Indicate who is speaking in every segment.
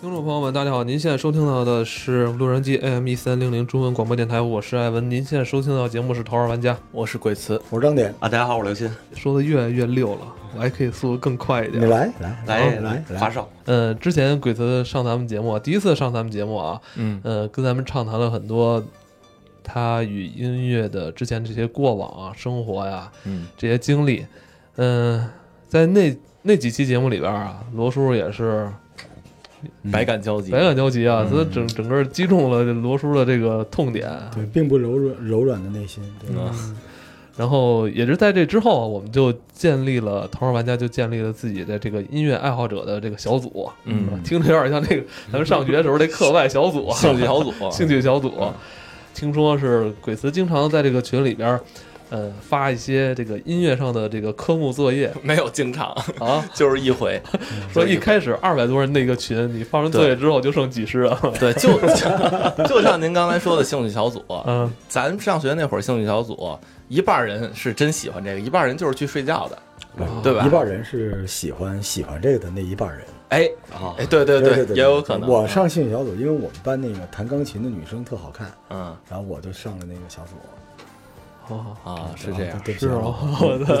Speaker 1: 听众朋友们，大家好！您现在收听到的是洛杉矶 AM 一三零零中文广播电台，我是艾文。您现在收听到的节目是《头号玩家》，
Speaker 2: 我是鬼词
Speaker 3: 我是张点，
Speaker 2: 啊，大家好，我是刘鑫，
Speaker 1: 说的越来越溜了，我还可以速度更快一
Speaker 3: 你
Speaker 1: 点。
Speaker 3: 来来
Speaker 2: 啊来
Speaker 3: 来来
Speaker 2: 发烧，
Speaker 1: 呃，之前鬼子上咱们节目啊，第一次上咱们节目啊，
Speaker 2: 嗯，
Speaker 1: 呃，跟咱们畅谈了很多他与音乐的之前这些过往啊、生活呀、
Speaker 2: 嗯，
Speaker 1: 这些经历。嗯、在那那几期节目里边啊，罗叔也是
Speaker 2: 百感交集，
Speaker 1: 百感交集
Speaker 2: 嗯
Speaker 1: 啊，他整整个击中了罗叔的这个痛点。
Speaker 3: 对，并不柔软柔软的内心，对吧？
Speaker 2: 嗯，
Speaker 1: 然后也是在这之后啊，我们就建立了《头号玩家》，就建立了自己的这个音乐爱好者的这个小组。
Speaker 2: 嗯
Speaker 1: 是吧听着有点像那个咱们上学时候那课外小组啊、，
Speaker 2: 兴趣小组嗯
Speaker 1: 兴趣小组。听说是鬼子经常在这个群里边，呃，发一些这个音乐上的这个科目作业
Speaker 2: 没有经常，
Speaker 1: 啊。
Speaker 2: 就是一回，
Speaker 1: 说一开始二百多人那个群，你发完作业之后就剩几十人了。
Speaker 2: 对，就就就像您刚才说的兴趣小组，
Speaker 1: 嗯，
Speaker 2: 咱上学那会儿兴趣小组，一半人是真喜欢这个，一半人就是去睡觉的，嗯对吧
Speaker 3: 一半人是喜欢喜欢这个的那一半人，
Speaker 2: 哎，
Speaker 3: 啊
Speaker 2: 哎，对对
Speaker 3: 对
Speaker 2: 也有可能，
Speaker 3: 我上兴趣小组，因为我们班那个弹钢琴的女生特好看，
Speaker 2: 嗯
Speaker 3: 然后我就上了那个小组。
Speaker 1: 哦，
Speaker 2: 啊，是哦这样。
Speaker 3: 对不起
Speaker 1: 是
Speaker 3: 啊
Speaker 1: 吗？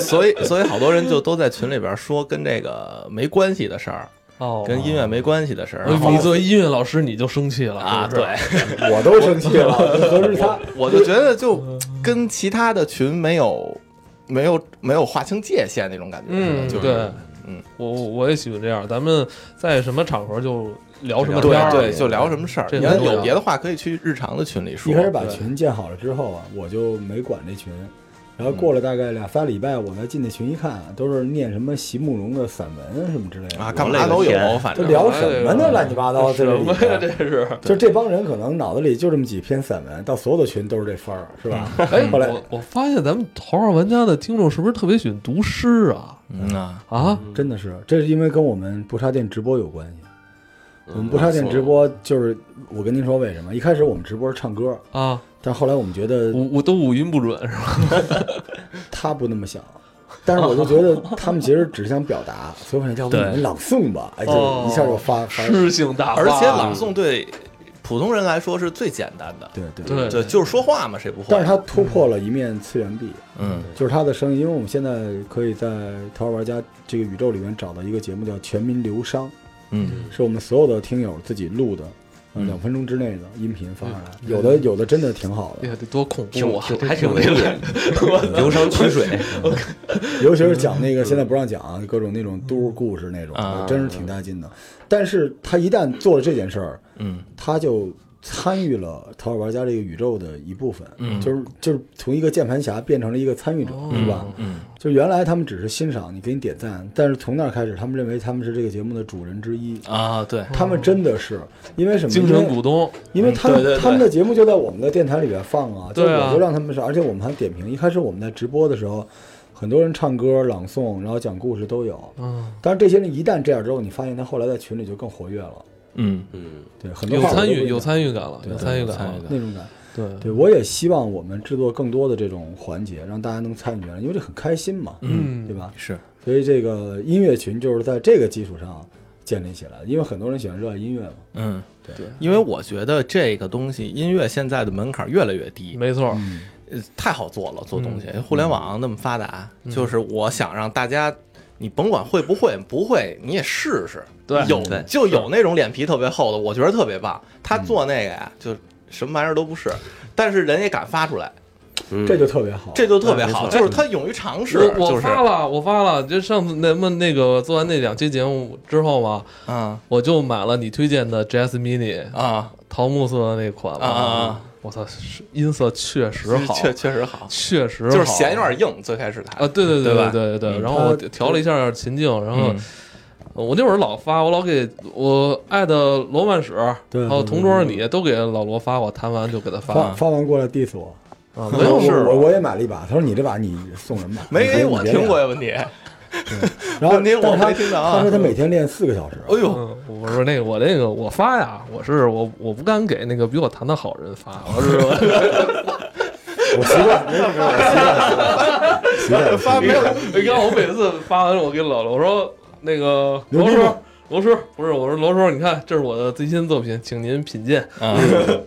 Speaker 2: 所以，所以好多人就都在群里边说跟这个没关系的事儿，
Speaker 1: 哦，
Speaker 2: 跟音乐没关系的事儿。然后
Speaker 1: 你作为音乐老师你就生气了
Speaker 2: 啊，
Speaker 1: 是不是
Speaker 2: 对，
Speaker 3: 我都生气了， 合是他。
Speaker 2: 我就觉得就跟其他的群没有没有没有划清界限那种感觉，
Speaker 1: 嗯，
Speaker 2: 就是
Speaker 1: 对，
Speaker 2: 嗯，
Speaker 1: 我我我也喜欢这样。咱们在什么场合就聊什么天
Speaker 2: 对
Speaker 1: 儿，
Speaker 2: 对，就聊什么事儿。
Speaker 1: 这
Speaker 2: 你
Speaker 1: 个
Speaker 2: 要
Speaker 1: 重要
Speaker 2: 有别的话，可以去日常的群里说。
Speaker 3: 一开始把
Speaker 2: 对
Speaker 3: 群建好了之后啊，我就没管这群。然后过了大概两三礼拜，我再进那群一看，啊都是念什么席慕容的散文什么之类的
Speaker 2: 啊，干嘛都有，反
Speaker 3: 这
Speaker 2: 正
Speaker 3: 聊什 么
Speaker 1: 哎
Speaker 3: 呢？
Speaker 1: 呦
Speaker 3: 乱七八糟，
Speaker 1: 什
Speaker 3: 这
Speaker 1: 么呀？这
Speaker 3: 里
Speaker 1: 是。
Speaker 3: 就这帮人可能脑子里就这么几篇散文，到所有的群都是这分儿，是吧？
Speaker 1: 哎，
Speaker 3: 后来
Speaker 1: 我我发现咱们头号玩家的听众是不是特别喜欢读诗啊？
Speaker 2: 嗯啊，
Speaker 1: 啊，
Speaker 3: 真的是，这是因为跟我们不插电直播有关系。
Speaker 1: 嗯
Speaker 3: 我们不插电直播就是我跟您说为什么？一开始我们直播是唱歌，
Speaker 1: 啊，
Speaker 3: 但后来我们觉得
Speaker 1: 我我都五音不准是吧？
Speaker 3: 他不那么想，但是我就 觉得他们其实只想表达，所以我想要不你们朗诵吧，哎，就
Speaker 1: 哦
Speaker 3: 一下就发发。
Speaker 1: 诗性大发，嗯
Speaker 2: 而且朗诵对普通人来说是最简单的，
Speaker 3: 对对
Speaker 1: 对
Speaker 2: 对，就是说话嘛，谁不会？
Speaker 3: 但是他突破了一面次元壁，
Speaker 2: 嗯，
Speaker 3: 就是他的声音，因为我们现在可以在《头号玩家》这个宇宙里面找到一个节目叫《全民流觞》，
Speaker 2: 嗯
Speaker 3: 是我们所有的听友自己录的，呃
Speaker 2: 嗯
Speaker 3: 两分钟之内的音频发上来，有的有的真的挺好
Speaker 1: 哎
Speaker 3: 的，
Speaker 1: 呀，得多恐
Speaker 4: 挺
Speaker 1: 怖啊！
Speaker 4: 挺还挺文艺，流觞曲水，
Speaker 3: 尤其是讲那
Speaker 2: 嗯
Speaker 3: 个现在不让讲啊，各种那种都市故事那种，
Speaker 2: 啊
Speaker 3: 真是挺带劲的。但是他一旦做了这件事儿，
Speaker 2: 嗯
Speaker 3: 他就参与了《头号玩家》这个宇宙的一部分，
Speaker 2: 嗯
Speaker 3: 就是就是从一个键盘侠变成了一个参与者，是吧？
Speaker 2: 嗯，
Speaker 3: 就原来他们只是欣赏你，给你点赞，但是从那儿开始，他们认为他们是这个节目的主人之一。
Speaker 2: 啊，对，
Speaker 3: 他们真的是因为什么？
Speaker 1: 精
Speaker 3: 因
Speaker 1: 神
Speaker 3: 为
Speaker 1: 股东，
Speaker 3: 因为他们、
Speaker 2: 嗯对对对
Speaker 3: 他们的节目就在我们的电台里边放啊，就
Speaker 1: 对啊
Speaker 3: 我就让他们上，而且我们还点评。一开始我们在直播的时候，很多人唱歌、朗诵，然后讲故事都有。
Speaker 1: 嗯，
Speaker 3: 但是这些人一旦这样之后，你发现他后来在群里就更活跃了，
Speaker 2: 嗯
Speaker 4: 嗯，
Speaker 3: 对，很多
Speaker 1: 有
Speaker 3: 话我都
Speaker 1: 参
Speaker 3: 不
Speaker 1: 与
Speaker 3: 会
Speaker 1: 有
Speaker 3: 讲
Speaker 1: 参与感了，有参与
Speaker 2: 有
Speaker 1: 感啊
Speaker 2: 参与
Speaker 1: 了，
Speaker 2: 感
Speaker 3: 那种感。
Speaker 1: 对
Speaker 3: 对，我也希望我们制作更多的这种环节，让大家能参与进来，因为这很开心嘛，
Speaker 1: 嗯
Speaker 3: 对吧？
Speaker 2: 是，
Speaker 3: 所以这个音乐群就是在这个基础上建立起来的，因为很多人喜欢热爱音乐嘛。
Speaker 2: 嗯。
Speaker 3: 对，
Speaker 2: 因为我觉得这个东西，音乐现在的门槛越来越低，
Speaker 1: 没错，
Speaker 2: 呃，太好做了，做东西，
Speaker 1: 嗯
Speaker 2: 互联网那么发达，就是我想让大家，你甭管会不会，不会你也试试，
Speaker 1: 对
Speaker 2: 有
Speaker 4: 对
Speaker 2: 就有那种脸皮特别厚的，我觉得特别棒。他
Speaker 1: 嗯
Speaker 2: 做那个呀，就什么玩意儿都不是，但是人也敢发出来，
Speaker 1: 哦
Speaker 3: 这就特别好。
Speaker 2: 这就特别好，
Speaker 4: 对没错
Speaker 2: 就是他勇于尝试，
Speaker 1: 我
Speaker 2: 就
Speaker 1: 我
Speaker 2: 是
Speaker 1: 发了，我发了，就上次那么那个做完那两期节目之后嘛，
Speaker 2: 啊
Speaker 1: 我就买了你推荐的 JS Mini
Speaker 2: 啊，
Speaker 1: 桃木色的那款嘛嗯
Speaker 2: 啊啊啊！
Speaker 1: 我操，是音色确实好，
Speaker 2: 确确实好，
Speaker 1: 确实
Speaker 2: 就
Speaker 1: 好
Speaker 2: 是弦有点硬，最开始他
Speaker 1: 啊，对对
Speaker 2: 对
Speaker 1: 对
Speaker 2: 吧
Speaker 1: 对对对。
Speaker 2: 嗯
Speaker 1: 然后我
Speaker 3: 它
Speaker 1: 调了一下琴境，然后
Speaker 2: 嗯
Speaker 1: 我那会儿老发，我老给我爱的罗曼史，
Speaker 3: 对
Speaker 1: 还有
Speaker 3: 对
Speaker 1: 同桌的你都给老罗发，我弹完就给他发
Speaker 3: 发
Speaker 1: 啊，
Speaker 3: 发完过来 diss 我，
Speaker 1: 没有
Speaker 3: 我
Speaker 1: 事儿
Speaker 3: 我我也买了一把，他说你这把你送人吧，
Speaker 2: 没
Speaker 3: 你别
Speaker 2: 给我听过。呀，问题，哎
Speaker 3: 你别练然后
Speaker 2: 问题我
Speaker 3: 但是他
Speaker 2: 没听着啊哎
Speaker 3: 他说他每天练四个小时，
Speaker 2: 呦，
Speaker 1: 嗯，我说那个我那个我发呀，我是我我不敢给那个比我弹的好人发，我是说
Speaker 3: 我习 惯，真的是我习惯，习惯，习惯
Speaker 2: 发没有
Speaker 1: 你看我每次发完我给老罗我说那个
Speaker 3: 牛
Speaker 1: 罗
Speaker 3: 逼
Speaker 1: 叔
Speaker 3: 吗，
Speaker 1: 罗叔不是，我说罗叔，你看这是我的最新作品，请您品鉴。
Speaker 2: 啊，
Speaker 1: 嗯，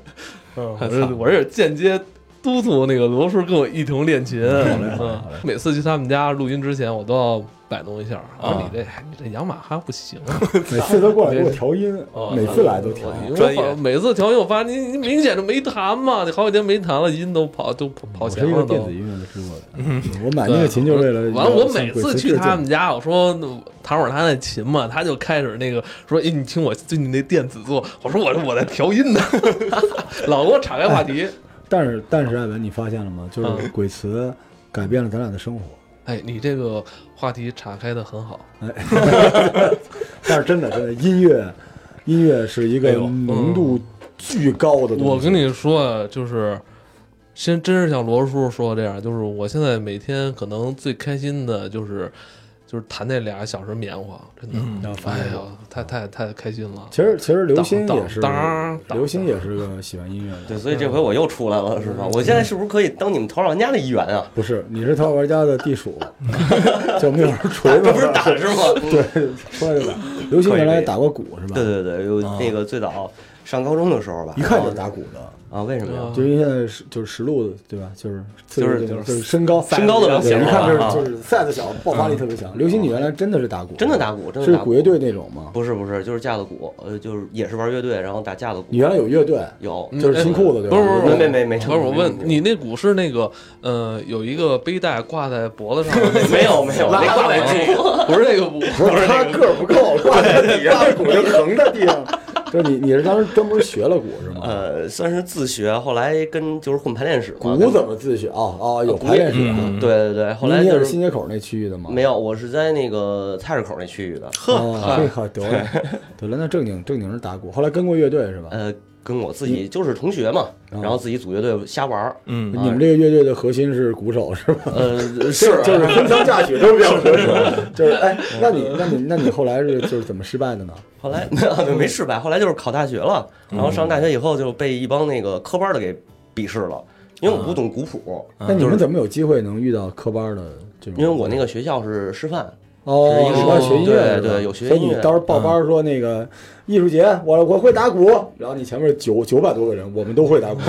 Speaker 2: 我
Speaker 1: 我
Speaker 2: 操
Speaker 1: 这我这是间接督促那个罗叔跟我一同练琴。
Speaker 3: 嘞好嘞
Speaker 1: 嗯
Speaker 3: 好嘞，
Speaker 1: 每次去他们家录音之前，我都要摆弄一下。我说
Speaker 2: 啊
Speaker 1: 你这你这养马哈不行啊，
Speaker 3: 每次都过来给我调音，
Speaker 1: 哦
Speaker 3: 每次来都调
Speaker 1: 我
Speaker 3: 音。
Speaker 1: 因为我
Speaker 2: 专业
Speaker 1: 发每次调音，我发现你你明显就没弹嘛，你好几天没弹了，音都跑都跑跑
Speaker 3: 我
Speaker 1: 前
Speaker 3: 是一个
Speaker 1: 了
Speaker 3: 电
Speaker 1: 都
Speaker 3: 子。音乐的制作人，嗯我买那个琴就是为了
Speaker 1: 哦完，我
Speaker 3: 要向
Speaker 1: 每
Speaker 3: 鬼
Speaker 1: 次
Speaker 3: 子
Speaker 1: 去
Speaker 3: 致
Speaker 1: 他
Speaker 3: 敬
Speaker 1: 们家，我说弹会儿他那琴嘛，他就开始那个说：“哎，你听我最近那电子作。”我说我：“我在调音呢。” 老给我岔开话 题。
Speaker 3: 但是但是艾文，你发现了吗？就是
Speaker 1: 嗯
Speaker 3: 鬼词改变了咱俩的生活。
Speaker 1: 哎，你这个话题岔开的很好。
Speaker 3: 但是真的真的音乐，音乐是一个
Speaker 2: 哎呦
Speaker 3: 浓度
Speaker 1: 嗯
Speaker 3: 巨高的东西。
Speaker 1: 我跟你说啊，就是先真是像罗叔说的这样，就是我现在每天可能最开心的就是就是弹那俩小时棉花，真的，
Speaker 3: 然后嗯发
Speaker 1: 哎
Speaker 3: 现
Speaker 1: 呀，太太太开心了。
Speaker 3: 其
Speaker 4: 呃
Speaker 3: 实其实刘星
Speaker 1: 当
Speaker 3: 也是
Speaker 1: 当当，当
Speaker 3: 刘星也是个喜欢音乐的。
Speaker 4: 对，所以这回我又出来了，是吧？我现在是不是可以当你们陶老人家的一员 啊？
Speaker 3: 不是，你是陶玩家的地 鼠，就没有人锤
Speaker 4: 这
Speaker 3: 子，
Speaker 4: 不是打是吗？
Speaker 3: 对，出来就打。刘星原来打过鼓是吧？
Speaker 4: 对对对，有那个最早上高中的时候吧，
Speaker 3: 一啊看就是打鼓的。
Speaker 4: 啊，为什么呀？
Speaker 3: 就因为现在是就是实录的，对吧？就是
Speaker 4: 就是
Speaker 3: 就
Speaker 4: 就是
Speaker 3: 身高
Speaker 4: 身高的表
Speaker 3: 对
Speaker 4: 现
Speaker 3: 一看
Speaker 4: 啊嗯
Speaker 3: 就是就是 size 小，爆发力特别强。刘星，你原来真的是打鼓，
Speaker 4: 真的打鼓真的
Speaker 3: 是
Speaker 4: 打鼓
Speaker 3: 鼓乐队那种吗？
Speaker 4: 不是不是，就是架子鼓，呃，就是也是玩乐队，然后打架子鼓
Speaker 3: 你，原来有乐队，
Speaker 4: 有
Speaker 1: 嗯
Speaker 3: 就是新裤子对吧？
Speaker 1: 不是不是
Speaker 4: 没没没没，
Speaker 1: 不是我问你，那鼓是那个呃，有一个背带挂在脖子上的那个，
Speaker 4: 没有没有，没挂在
Speaker 1: 不是那个
Speaker 2: 嗯
Speaker 1: 鼓，
Speaker 3: 不是他个儿不够，挂在底下，那鼓就横在地上。就你你是当时专门学了鼓是吗？
Speaker 4: 呃，算是自学，后来跟就是混排练室嘛，
Speaker 3: 鼓怎么自学？哦哦，有排练室啊。
Speaker 4: 对对对，嗯后来
Speaker 3: 你也
Speaker 4: 就是
Speaker 3: 新街口那区域的吗？
Speaker 4: 没有，我是在那个菜市口那区域的，
Speaker 3: 哦，这好得了得了，那正经正经是打鼓，后来跟过乐队是吧？
Speaker 4: 呃，跟我自己就是同学嘛，
Speaker 3: 啊
Speaker 4: 然后自己组乐队瞎玩儿，
Speaker 2: 嗯，
Speaker 3: 你们这个乐队的核心是鼓手是吧？
Speaker 4: 呃，是啊
Speaker 3: 就是分仓嫁娶都比较合适。就是哎，那你那你那你后来是就是怎么失败的呢？
Speaker 4: 后 来嗯没没失败，后来就是考大学了，然后上大学以后就被一帮那个科班的给鄙视了，因为我不懂古谱，
Speaker 3: 那你们怎么有机会能遇到科班的这种？
Speaker 4: 啊因为我那个学校是师范，
Speaker 3: 哦，
Speaker 4: 是一个
Speaker 3: 你要学音乐
Speaker 4: 对
Speaker 3: 是吧
Speaker 4: 对有学
Speaker 3: 所以
Speaker 4: 音
Speaker 3: 你
Speaker 4: 乐嗯
Speaker 3: 到时候报班说那个艺术节，我我会打鼓，然后你前面九九百多个人，我们都会打 鼓。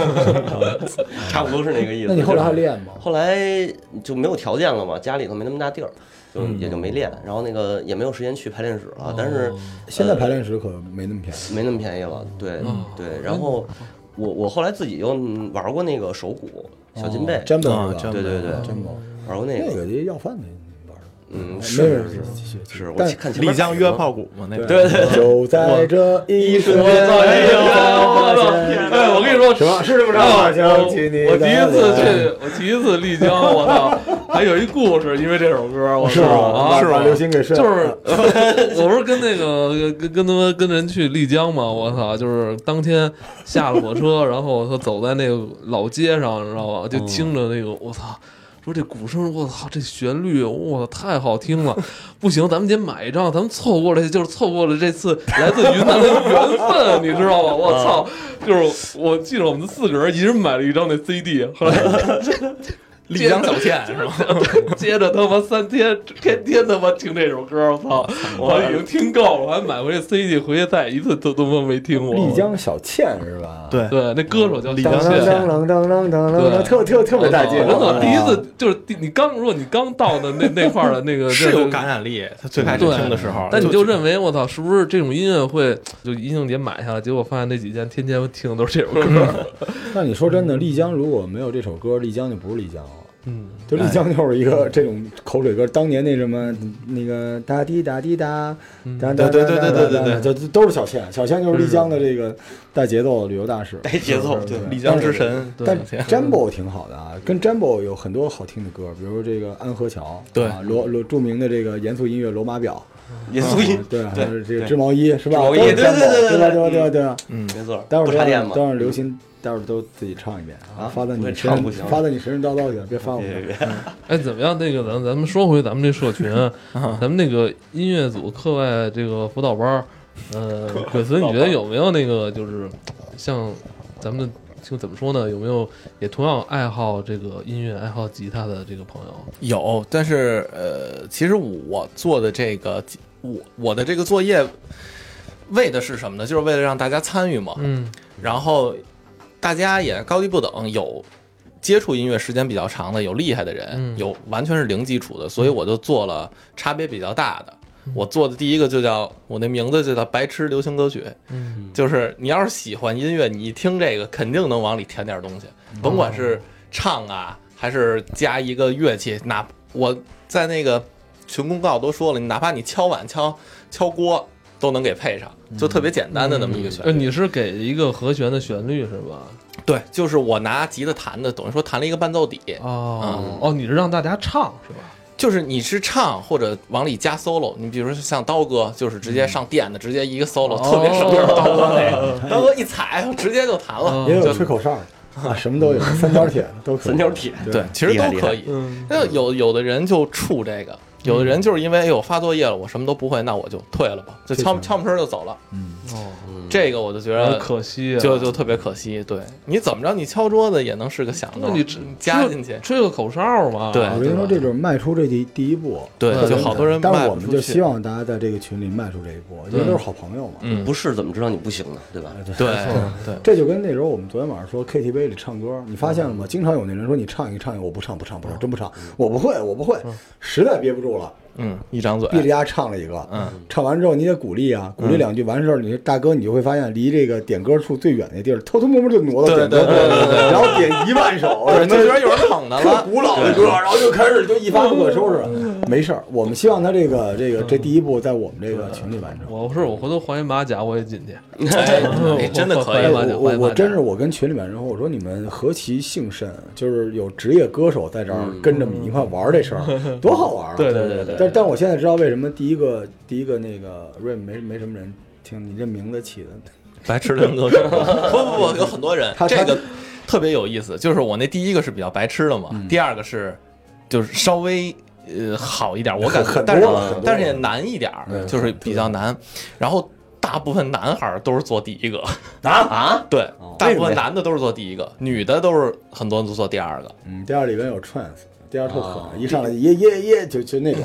Speaker 4: 差不多是那个意思。
Speaker 3: 那你后来还
Speaker 4: 就是
Speaker 3: 练吗？
Speaker 4: 后来就没有条件了嘛，家里头没那么大地儿，就也就没练，然后那个也没有时间去排练室了，但是
Speaker 3: 现在
Speaker 4: 呃
Speaker 3: 排练室可没那么便宜。
Speaker 4: 没那么便宜了，对对，然后我我后来自己又嗯玩过那个手鼓小金贝，
Speaker 3: 詹本
Speaker 2: 啊
Speaker 3: 是吧？
Speaker 2: 詹
Speaker 4: 对对对，
Speaker 3: 詹宝，
Speaker 4: 玩过那
Speaker 3: 哦那
Speaker 4: 个，
Speaker 3: 个得要饭的玩儿。
Speaker 4: 嗯，
Speaker 3: 没
Speaker 4: 是
Speaker 3: 人
Speaker 4: 是
Speaker 3: 继续继续
Speaker 4: 是，我
Speaker 3: 但
Speaker 4: 看前面
Speaker 2: 丽江约炮鼓嘛，那
Speaker 4: 对
Speaker 3: 对，就在这一瞬间，
Speaker 1: 哎呦，我操！
Speaker 3: 哎
Speaker 1: 哎，我跟你说，
Speaker 3: 什么是这么着
Speaker 1: 啊
Speaker 3: 想起你
Speaker 1: 我我第一次
Speaker 3: 的脸
Speaker 1: 去，我第一次丽江，我操，还有一故事，因为这首歌，我
Speaker 3: 是
Speaker 1: 操
Speaker 3: 吗？
Speaker 1: 啊，
Speaker 3: 把刘星给睡
Speaker 1: 就
Speaker 3: 了。
Speaker 1: 是 我不是跟那个跟跟他们跟人去丽江嘛，我操，就是当天下了火车，然后我说走在那个老街上，你知道吧？就听着那个，我操。说这鼓声，我操，这旋律，我操，太好听了！不行，咱们得买一张，咱们错过了，就是错过了这次来自云南的缘分，你知道吗？我操，就是我记得我们四个人，一人买了一张那 CD，后来
Speaker 2: 丽江小倩是吧？
Speaker 1: 接着他妈三天，天天他妈听这首歌，我操！我已经听够了，我还买回去 CD，回去再一次都他妈没听过。
Speaker 3: 丽江小倩是吧？
Speaker 2: 对
Speaker 1: 对，那歌手叫
Speaker 2: 丽
Speaker 3: 当
Speaker 2: 江
Speaker 1: 张
Speaker 2: 小
Speaker 1: 倩
Speaker 2: 倩
Speaker 3: 当当当当当当当，
Speaker 1: 对
Speaker 3: 特特特别带劲。
Speaker 1: 我操！第一
Speaker 3: 啊
Speaker 1: 次就是第你刚，如果你刚到的那 那块儿的那个
Speaker 2: 是有
Speaker 1: 那
Speaker 2: 感染力，他最开始
Speaker 1: 对
Speaker 2: 听的时候，
Speaker 1: 但你
Speaker 2: 就
Speaker 1: 就认为我操，是不是这种音乐会就一定得买下来？结果发现那几天天天听的都是这首歌。
Speaker 3: 那你说真的，丽江如果没有这首歌，丽江就不是丽江了。
Speaker 1: 嗯，
Speaker 3: 就丽江就是一个这种口水歌，当年那什么那个哒滴哒滴哒，哒哒哒
Speaker 2: 对
Speaker 3: 哒
Speaker 2: 对
Speaker 3: 哒哒
Speaker 2: 对对对对
Speaker 3: 就就都是小倩，小倩就是丽江的这个带节奏的旅游大使。
Speaker 4: 带节奏，对
Speaker 3: 对
Speaker 2: 丽江之
Speaker 1: 嗯
Speaker 2: 神，
Speaker 3: 但
Speaker 2: 小倩
Speaker 3: Jumbo 挺好的啊，跟 Jumbo 有很多好听的歌，比如这个《安河桥》，
Speaker 2: 对
Speaker 3: 啊罗罗著名的这个严肃音乐《罗马表
Speaker 4: 严肃》，音，
Speaker 3: 对啊，还
Speaker 4: 对
Speaker 3: 有这个织毛衣是吧？
Speaker 4: 织毛衣
Speaker 3: 都是
Speaker 4: 对
Speaker 3: Jumbo，
Speaker 4: 对对对
Speaker 3: 对吧对吧
Speaker 4: 对
Speaker 3: 对啊吧对吧。
Speaker 2: 嗯，
Speaker 4: 没错，
Speaker 3: 待会
Speaker 4: 不
Speaker 3: 儿
Speaker 4: 插
Speaker 3: 待会
Speaker 4: 电
Speaker 3: 儿
Speaker 4: 嘛
Speaker 3: 待，会儿刘鑫，待会儿都自己唱一遍啊，
Speaker 4: 啊
Speaker 3: 发在你
Speaker 4: 不会
Speaker 3: 身上
Speaker 4: 唱不，行
Speaker 3: 发在你神神叨叨去，别发我。
Speaker 4: 别别
Speaker 1: 哎，怎么样？那个咱咱们说回咱们这社群，啊
Speaker 2: 啊
Speaker 1: 咱们那个音乐组课外这个辅导班儿，呃，鬼子，你觉得有没有那个就是像咱们的就怎么说呢？有没有也同样爱好这个音乐、爱好吉他的这个朋友？啊
Speaker 2: 有，但是呃，其实我做的这个，我我的这个作业为的是什么呢？就是为了让大家参与嘛。
Speaker 1: 嗯
Speaker 2: 然后大家也高低不等，有接触音乐时间比较长的，有厉害的人，
Speaker 1: 嗯
Speaker 2: 有完全是零基础的，所以我就做了差别比较大
Speaker 1: 嗯
Speaker 2: 的。我做的第一个就叫我那名字就叫白痴流行歌曲，
Speaker 1: 嗯
Speaker 2: 就是你要是喜欢音乐，你一听这个肯定能往里填点东西，甭管是唱啊，还是加一个乐器，哪我在那个群公告都说了，你哪怕你敲碗敲敲锅都能给配上，
Speaker 1: 嗯
Speaker 2: 就特别简单的那么一个旋律。
Speaker 1: 呃，你是给一个和弦的旋律是吧？
Speaker 2: 对，就是我拿吉他弹的，等于说弹了一个伴奏底，
Speaker 1: 哦哦，你是让大家唱是吧？
Speaker 2: 就是你是唱或者往里加 solo。你比如说像刀哥，就是直接上电的，直接一个 solo，、特哦
Speaker 1: 哦
Speaker 2: 别省 劲儿。刀啊哥那个，刀哥一踩直接就弹了。
Speaker 1: 嗯
Speaker 3: 也有
Speaker 2: 就
Speaker 3: 吹口哨 的啊，什么都有，三角铁都可以。
Speaker 4: 三角铁
Speaker 2: 对，其实
Speaker 4: 厉害
Speaker 2: 都可以。
Speaker 1: 嗯
Speaker 2: 那有有的人就怵这个，有的人就是因为哎呦发作业了，我什么都不会，那我就退了吧，就
Speaker 3: 退
Speaker 2: 敲
Speaker 3: 群
Speaker 2: 敲门声就走了。
Speaker 3: 嗯，
Speaker 1: 哦，
Speaker 2: 这个我就觉
Speaker 1: 有点
Speaker 2: 得。
Speaker 1: 可惜啊，
Speaker 2: 呃就就特别可惜，对你怎么着，你敲桌子也能是个响
Speaker 1: 那
Speaker 2: 动，
Speaker 1: 你只
Speaker 2: 加进去，
Speaker 1: 吹个口哨嘛？
Speaker 2: 对
Speaker 3: 我跟你啊说，
Speaker 1: 吧
Speaker 3: 这就是迈出这第第一步。啊
Speaker 2: 对
Speaker 3: 特别
Speaker 1: 就
Speaker 3: 难
Speaker 2: 好多人
Speaker 3: 但
Speaker 2: 迈
Speaker 3: 是
Speaker 2: 不
Speaker 3: 我们
Speaker 2: 出
Speaker 3: 就
Speaker 2: 去
Speaker 3: 希望大家在这个群里迈出这一步，因为都是好朋友嘛。
Speaker 2: 嗯，
Speaker 4: 不是怎么知道你不行呢？对吧？
Speaker 1: 嗯
Speaker 2: 对对，
Speaker 3: 这就跟那时候我们昨天晚上说 KTV 里唱歌，你发现了吗？经常有那人说你唱一个唱一个，我不唱不唱不唱，真不唱，我不会我不会，实在憋不住了，
Speaker 2: 嗯，一张嘴，
Speaker 3: 闭着牙唱了一个，
Speaker 2: 嗯
Speaker 3: 唱完之后你得鼓励啊，鼓励两句，完事儿你大哥你就会发现离这个点歌处最远的地儿，偷偷摸摸就挪到点歌处
Speaker 2: 对对对对对
Speaker 3: 了，然后点一万首，
Speaker 2: 对，
Speaker 3: 什
Speaker 2: 就
Speaker 3: 么
Speaker 2: 觉得有人捧他
Speaker 3: 特
Speaker 2: 了。
Speaker 3: 古老的歌，然后就开始就一发不可收
Speaker 2: 嗯
Speaker 3: 拾，没事儿，我们希望他这个这个这第一步在我们这个群里完成。
Speaker 1: 我是我回头还一马甲我也进去。
Speaker 2: 哎
Speaker 1: 嗯
Speaker 2: 哎真的可
Speaker 1: 哎
Speaker 2: 以
Speaker 3: 哎，
Speaker 1: 我
Speaker 3: 我我我真是
Speaker 2: 是
Speaker 3: 我跟群里面人说，我说你们何其幸甚，就是有职业歌手在这儿跟着你一块玩这事儿，多好玩儿啊！
Speaker 1: 对对对对
Speaker 3: 但但我现在知道为什么第一个第一个那个 Rain 没没什么人听，你这名字起的，
Speaker 2: 白痴的歌手， 不不不，有很多人
Speaker 3: 他，
Speaker 2: 这
Speaker 3: 他
Speaker 2: 个特别有意思。就是我那第一个是比较白痴的嘛，第二个是就是稍微呃好一点，我感觉
Speaker 3: 很，
Speaker 2: 但是
Speaker 3: 多了很多
Speaker 2: 但是也
Speaker 3: 了
Speaker 2: 难一点儿，
Speaker 3: 嗯
Speaker 2: 就是比较难。然后大部分男孩儿都是做第一个，
Speaker 4: 啊啊！
Speaker 2: 对，大部
Speaker 4: 为什么
Speaker 2: 分
Speaker 4: 呀
Speaker 2: 男的都是做第一个，女的都是很多人都做第二个。
Speaker 3: 嗯，第二里边有 trance，第二特狠，一上来耶耶耶就就那种，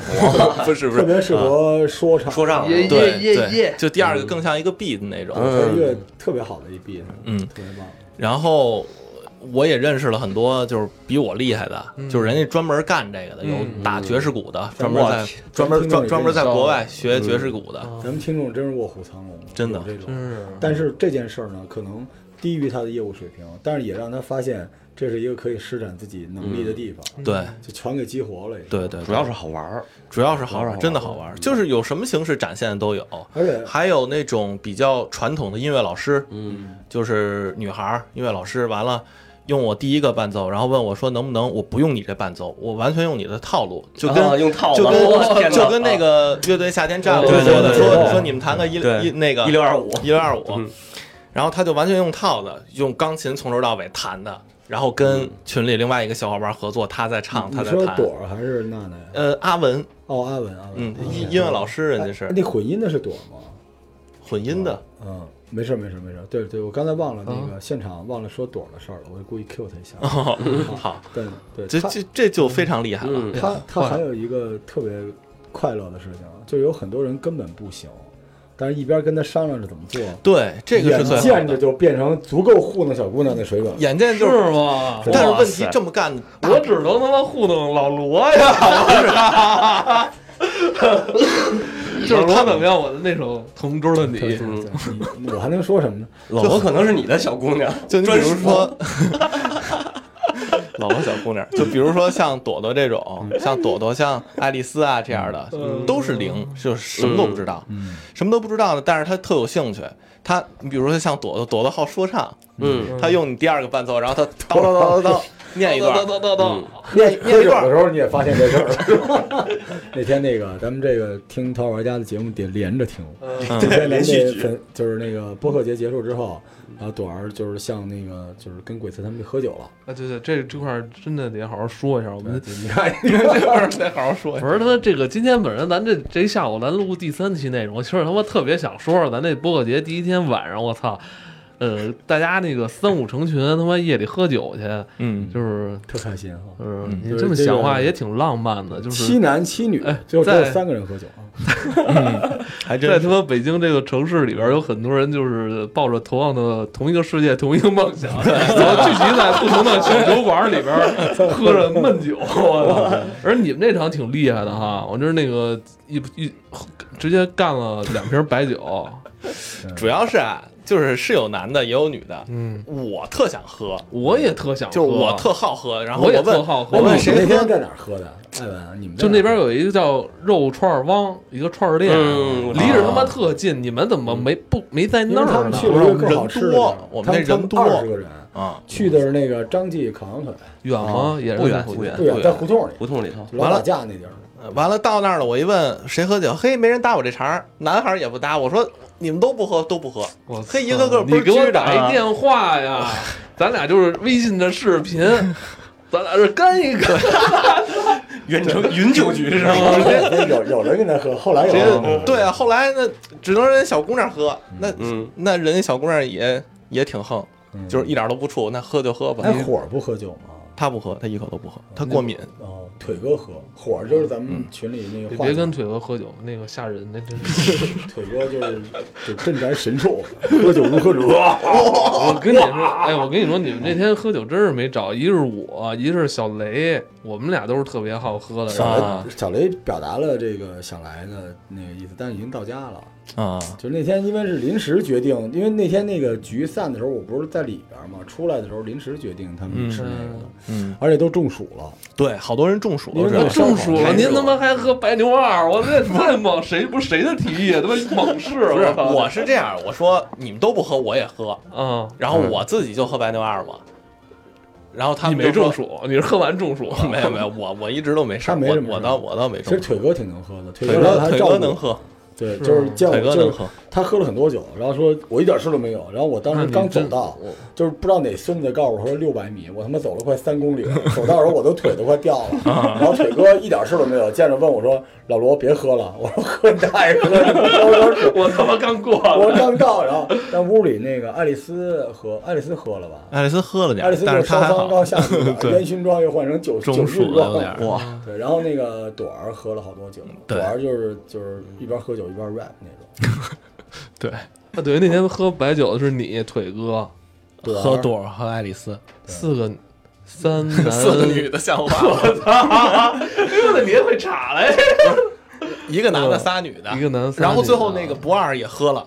Speaker 2: 不 是不
Speaker 3: 特
Speaker 2: 是，
Speaker 3: 别适合说唱，
Speaker 4: 说唱啊
Speaker 1: 也
Speaker 2: 对
Speaker 1: 耶耶
Speaker 2: 对
Speaker 1: 耶，
Speaker 2: 就第二个更像一个 beat 的那种。
Speaker 3: 是一个特别好的一 B，
Speaker 2: 嗯
Speaker 3: 特别棒，
Speaker 2: 然后我也认识了很多就是比我厉害的，就是人家专门干这个的，有打爵士鼓的，专门在专门专专门在国外学爵士鼓的，
Speaker 3: 咱们听众真是卧虎藏龙，
Speaker 2: 真的
Speaker 3: 有这种
Speaker 1: 真是
Speaker 3: 但是这件事儿呢，可能低于他的业务水平，但是也让他发现这是一个可以施展自己能力的地方，
Speaker 2: 对
Speaker 3: 就全给激活了。也是，
Speaker 2: 对对，
Speaker 4: 主要是好玩儿，
Speaker 2: 主要是好玩，真的好玩，就是有什么形式展现的都有。
Speaker 3: 而且
Speaker 2: 还有那种比较传统的音乐老师，嗯，就是女孩儿音乐老师，完了用我第一个伴奏，然后问我说能不能我不用你这伴奏，我完全用你的套路，就跟、
Speaker 4: 啊用套
Speaker 2: 就
Speaker 4: 完了我
Speaker 2: 跟
Speaker 4: 天哪
Speaker 2: 就跟那个乐队夏天站了
Speaker 1: 对
Speaker 2: 说的
Speaker 3: 对对
Speaker 2: 说
Speaker 3: 对
Speaker 2: 说你们弹个一
Speaker 4: 对
Speaker 2: 一那个
Speaker 4: 一六二五嗯
Speaker 2: 一六二五，然后他就完全用套子，用钢琴从头到尾弹的，然后跟
Speaker 4: 嗯
Speaker 2: 群里另外一个小伙伴合作，他在唱，他
Speaker 3: 你
Speaker 2: 在
Speaker 3: 说
Speaker 2: 弹。
Speaker 3: 朵儿还是娜娜呀？
Speaker 2: 呃，阿文，
Speaker 3: 哦，阿文，阿文，
Speaker 2: 嗯，
Speaker 3: 嗯
Speaker 2: 音音乐老师人家
Speaker 3: 哎
Speaker 2: 是
Speaker 3: 那混音的是朵儿吗？
Speaker 2: 混音的，
Speaker 3: 嗯，没事儿没事儿没事儿。对对，我刚才忘了那个现场忘了说朵儿的事儿了，我故意 cue 他一下。
Speaker 2: 哦， 好，
Speaker 3: 但对，
Speaker 2: 这
Speaker 3: 他
Speaker 2: 这这就非常厉害了。
Speaker 4: 嗯
Speaker 3: 他他
Speaker 1: 坏
Speaker 3: 还有一个特别快乐的事情，就是有很多人根本不行，但是一边跟他商量着怎么做，
Speaker 2: 对，这个是最
Speaker 3: 眼
Speaker 2: 好
Speaker 3: 见着
Speaker 2: 的。
Speaker 3: 就变成足够糊弄小姑娘的水准。
Speaker 2: 眼见就是，
Speaker 1: 是吗？
Speaker 2: 但是
Speaker 4: 哇
Speaker 2: 问题
Speaker 4: 塞
Speaker 2: 这么干，
Speaker 1: 我只能他妈糊弄老罗呀！ 就是他怎么样？我的那首《同桌的你
Speaker 3: 对》对对你我还能说什么呢？
Speaker 4: 老罗可能是你的小姑娘，
Speaker 2: 就你比
Speaker 4: 专
Speaker 2: 如
Speaker 4: 属
Speaker 2: 说， 老罗小姑娘，嗯就比如说像朵朵这种， 像朵朵、像爱丽丝啊这样的，都是零，就是什么都不知道，什么都不知道呢。但是她特有兴趣，她你比如说像朵朵，朵朵好说唱，
Speaker 4: 嗯，
Speaker 2: 她用你第二个伴奏，然后她 叨叨叨叨叨念一段，
Speaker 1: 叨叨叨叨
Speaker 4: 嗯
Speaker 3: 念
Speaker 2: 念
Speaker 3: 喝
Speaker 2: 一
Speaker 3: 酒
Speaker 2: 段
Speaker 3: 的时候你也发现这事儿了。 那天那个咱们这个听《淘宝玩家》的节目得连着听，
Speaker 1: 叨，
Speaker 2: 嗯
Speaker 3: 就天连
Speaker 4: 嗯连续
Speaker 3: 续
Speaker 4: 剧
Speaker 3: 粉就是那个播客节结束之后，然后朵儿就是像那个就是跟鬼子他们去喝酒了。
Speaker 1: 啊，对对，这这块儿真的得好好说一下。我
Speaker 2: 嗯
Speaker 1: 们
Speaker 3: 你 看，
Speaker 2: 这会儿 得好好说一下。
Speaker 1: 不是他这个，今天本身咱这这一下午咱录第三期内容，其实他妈特别想说说咱那播客节第一天晚上，我操，呃，大家那个三五成群，他妈夜里喝酒去，
Speaker 2: 嗯，
Speaker 1: 就是
Speaker 3: 特开心哈。
Speaker 1: 呃，
Speaker 2: 嗯
Speaker 1: 你
Speaker 3: 对
Speaker 1: 这么
Speaker 3: 这
Speaker 1: 想
Speaker 3: 个
Speaker 1: 话也挺浪漫的，就是
Speaker 3: 七男七女
Speaker 1: 哎，
Speaker 3: 最后只有
Speaker 1: 在
Speaker 3: 三个人喝酒啊。
Speaker 2: 还
Speaker 1: 在
Speaker 2: 真
Speaker 1: 他妈北京这个城市里边，有很多人就是抱着同样的同一个世界、同一个梦想，然后聚集在不同的小酒馆里边喝着闷酒。我操！而你们这场挺厉害的哈，我就是那个一一直接干了两瓶白酒，
Speaker 2: 主要是啊，就是是有男的也有女的，
Speaker 1: 嗯，
Speaker 2: 我特想喝，
Speaker 1: 我也特想喝，啊
Speaker 2: 就是我特好喝，然后
Speaker 1: 我也
Speaker 2: 问
Speaker 1: 特好喝
Speaker 2: 我
Speaker 3: 哎
Speaker 2: 问
Speaker 3: 你们
Speaker 2: 谁
Speaker 3: 那
Speaker 2: 喝
Speaker 3: 天在哪儿喝的？艾文，你们在
Speaker 1: 就那
Speaker 3: 哪儿
Speaker 1: 边有一个叫肉串汪，一个串儿店，
Speaker 4: 嗯我知
Speaker 1: 离
Speaker 4: 道
Speaker 1: 着他妈特近，你们怎么没不没在
Speaker 3: 因
Speaker 1: 那
Speaker 3: 为他
Speaker 1: 儿
Speaker 3: 们
Speaker 1: 呢
Speaker 3: 去？了一个更
Speaker 2: 人
Speaker 3: 好吃的地
Speaker 2: 多
Speaker 3: 儿，
Speaker 2: 我们
Speaker 3: 他
Speaker 2: 那人多
Speaker 3: 二十个人，
Speaker 2: 啊，
Speaker 3: 去的是那个张记烤羊腿，
Speaker 1: 远吗？也是
Speaker 4: 不远
Speaker 1: 在附
Speaker 4: 不
Speaker 1: 近
Speaker 4: 远
Speaker 3: 对啊，在胡同里，
Speaker 4: 胡同里头，
Speaker 3: 老打架那地儿。
Speaker 2: 呃完了到那儿了，我一问谁喝酒，嘿，没人搭我这茬儿，男孩儿也不搭，我说你们都不喝都不喝，
Speaker 1: 我操
Speaker 2: 嘿，一个个倍
Speaker 1: 你
Speaker 2: 儿
Speaker 1: 给我
Speaker 2: 拘着
Speaker 1: 打
Speaker 2: 啊
Speaker 1: 一电话 呀，咱俩就是微信的视频，咱俩是干一个。
Speaker 4: 远程云酒局是吗？
Speaker 3: 有有人跟他喝，后来有
Speaker 2: 谁
Speaker 3: 人
Speaker 2: 对啊，后来那只能人家小姑娘喝，那
Speaker 4: 嗯，
Speaker 2: 那人家小姑娘也也挺横，就是一点都不怵，那喝就喝吧
Speaker 3: 哎，。嗯火儿不喝酒吗？
Speaker 2: 她不喝，她一口都不喝，她过敏。
Speaker 3: 哦，腿哥喝火儿就是咱们群里那个
Speaker 1: 你
Speaker 3: 话
Speaker 1: 别
Speaker 3: 筒，
Speaker 1: 跟腿哥喝酒，那个吓人，那真是。
Speaker 3: 腿哥 就是就镇宅神兽，喝酒如喝酒。啊
Speaker 1: 我跟你说，哎，我跟你说，你们那天喝酒真是没找，一是我，一是小雷，我们俩都是特别好喝的人。
Speaker 2: 啊
Speaker 3: 小雷小雷表达了这个想来的那个意思，但是已经到家了。
Speaker 2: 啊，
Speaker 3: 就那天因为是临时决定，因为那天那个局散的时候，我不是在里边儿嘛，出来的时候临时决定他们吃那个的，
Speaker 2: 嗯，
Speaker 3: 而且都中暑了。
Speaker 2: 对，好多人中暑
Speaker 3: 因为
Speaker 2: 了，
Speaker 1: 我
Speaker 2: 这
Speaker 1: 中暑了，
Speaker 3: 太热
Speaker 1: 您他妈还喝白牛二，我这太猛！谁不是谁的提议啊？他妈猛士，
Speaker 2: 不是
Speaker 1: 我操！
Speaker 2: 我是这样，我说你们都不喝，我也喝，
Speaker 1: 啊，
Speaker 2: 然后我自己就喝白牛二嘛，然后他
Speaker 1: 你
Speaker 2: 们
Speaker 1: 没
Speaker 2: 就
Speaker 1: 中
Speaker 2: 说。
Speaker 1: 暑，你是喝完中暑了。
Speaker 2: 没有没有，我我一直都没事儿，
Speaker 3: 他没
Speaker 2: 我
Speaker 3: 什么事
Speaker 2: 我
Speaker 3: 儿
Speaker 2: 倒我倒没
Speaker 3: 其
Speaker 2: 中
Speaker 3: 实
Speaker 2: 暑。
Speaker 3: 腿哥挺能喝的，腿
Speaker 2: 腿
Speaker 3: 哥
Speaker 2: 哥
Speaker 3: 他
Speaker 2: 腿
Speaker 3: 照
Speaker 2: 哥
Speaker 3: 顾
Speaker 2: 能，喝，
Speaker 3: 对，
Speaker 1: 是
Speaker 3: 就是
Speaker 1: 吗
Speaker 3: 见我
Speaker 2: 腿哥
Speaker 3: 就是
Speaker 2: 能喝
Speaker 3: 他喝了很多酒，然后说我一点事都没有，然后我当
Speaker 1: 那
Speaker 3: 时
Speaker 1: 你
Speaker 3: 刚走
Speaker 1: 真
Speaker 3: 到，就是不知道哪孙子告诉我说六百米，我他妈走了快三公里了，走到的时候我都腿都快掉了，
Speaker 2: 啊
Speaker 3: 然后腿哥一点事都没有，见着问我说老罗别喝了，我说喝太喝了， 我说水
Speaker 1: 我他妈刚过
Speaker 3: 我
Speaker 1: 了，
Speaker 3: 刚到，然后但屋里那个爱丽丝喝，爱丽丝喝了吧？
Speaker 2: 爱丽丝喝了点
Speaker 3: 爱
Speaker 2: 儿
Speaker 3: 丽丝，
Speaker 2: 但
Speaker 3: 就是
Speaker 2: 她
Speaker 3: 烧
Speaker 2: 还
Speaker 3: 伤
Speaker 2: 好
Speaker 3: 刚，下 去的，烟熏妆又换成酒酒
Speaker 2: 中暑
Speaker 3: 熏
Speaker 2: 了有
Speaker 3: 妆
Speaker 2: 点，儿。
Speaker 4: 哇，
Speaker 3: 对，然后那个朵儿喝了好多酒，朵
Speaker 2: 对
Speaker 3: 儿就是就是一边喝酒一边 rap 那种。
Speaker 2: 对，
Speaker 1: 那啊等于那天喝白酒的是你腿哥，
Speaker 3: 朵儿
Speaker 2: 喝朵儿和爱丽丝，
Speaker 1: 四个三男
Speaker 2: 四个女的像话吗？
Speaker 1: 哥的，你也会查嘞？
Speaker 2: 一个男
Speaker 3: 啊
Speaker 2: 的，仨女的，
Speaker 1: 一个男仨
Speaker 2: 然后最后
Speaker 1: 女的
Speaker 2: 那个不二也喝了，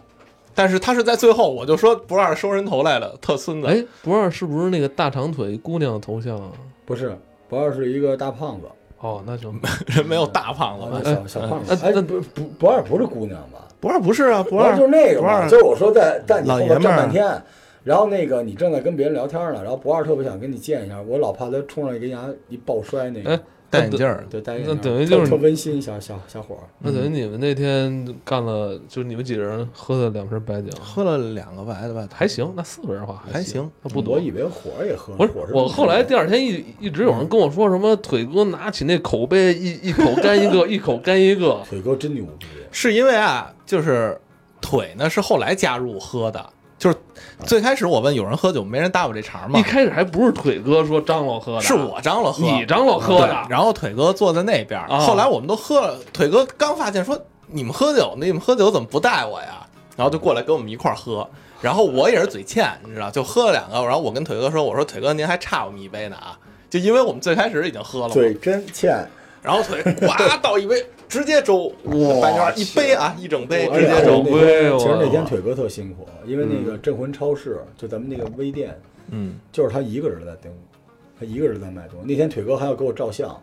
Speaker 2: 但是他是在最后，我就说不二收人头来了，特孙 子。
Speaker 1: 哎，不是，是不是那个大长腿姑娘的头像啊？
Speaker 3: 不是，不二是一个大胖子，
Speaker 1: 哦，那行，
Speaker 2: 人没有大胖子
Speaker 3: 啊
Speaker 2: 吧？
Speaker 3: 那小小胖子
Speaker 1: 哎。
Speaker 3: 哎，
Speaker 1: 那
Speaker 3: 不不，不二不是姑娘吧？
Speaker 2: 不二不是啊，不
Speaker 3: 不二就是那个
Speaker 2: 不
Speaker 3: 嘛，
Speaker 2: 二
Speaker 3: 就是我说在在你
Speaker 2: 老
Speaker 3: 后
Speaker 2: 爷
Speaker 3: 边
Speaker 2: 们
Speaker 3: 站
Speaker 2: 儿
Speaker 3: 半天，然后那个你正在跟别人聊天呢，然后不二特别想跟你见一下，我老怕他冲上去跟人家啊一抱摔那个
Speaker 1: 哎。
Speaker 2: 戴眼镜儿，
Speaker 3: 对，戴眼
Speaker 1: 那
Speaker 3: 镜儿
Speaker 1: 等于就是
Speaker 3: 特特温馨小小小伙儿。
Speaker 1: 那等于你们那天干了，就是你们几个人喝了两瓶白酒，
Speaker 2: 喝了两个白的吧，
Speaker 1: 还行。那四个人的话
Speaker 2: 还
Speaker 1: 行
Speaker 2: 行，
Speaker 1: 那不多
Speaker 3: 嗯我。以为火儿也喝了，
Speaker 1: 不是
Speaker 3: 火儿
Speaker 1: 我后来第
Speaker 3: 掉
Speaker 1: 二天一一直有人跟我说什么腿哥拿起那口杯一一口干一个，一口干一个。
Speaker 3: 腿哥真牛逼，
Speaker 2: 是因为啊，就是腿呢是后来加入喝的，就是最开始我问有人喝酒，没人搭我这茬儿嘛
Speaker 1: 一，开始还不是腿哥说张罗喝的，
Speaker 2: 是我张罗喝，
Speaker 1: 你张罗喝的
Speaker 2: 对。然后腿哥坐在那边儿，
Speaker 1: 啊
Speaker 2: 后来我们都喝了，腿哥刚发现说你们喝酒，你们喝酒怎么不带我呀？然后就过来跟我们一块儿喝，然后我也是嘴欠，你知道，就喝了两个。然后我跟腿哥说：“我说腿哥，您还差我们一杯呢啊！”就因为我们最开始已经喝了嘛，
Speaker 3: 嘴真欠。
Speaker 2: 然后腿呱倒一杯，直接粥，
Speaker 3: 哇
Speaker 2: 白牛一杯啊，一整杯
Speaker 1: 我
Speaker 2: 直接
Speaker 1: 哎
Speaker 2: 粥
Speaker 1: 呦。
Speaker 3: 那天
Speaker 1: 我嗯
Speaker 3: 其实那天腿哥特辛苦，因为那个镇魂超市，就咱们那个微店，
Speaker 2: 嗯，
Speaker 3: 就是他一个人在盯，他一个人在卖东西。那天腿哥还要给我照相，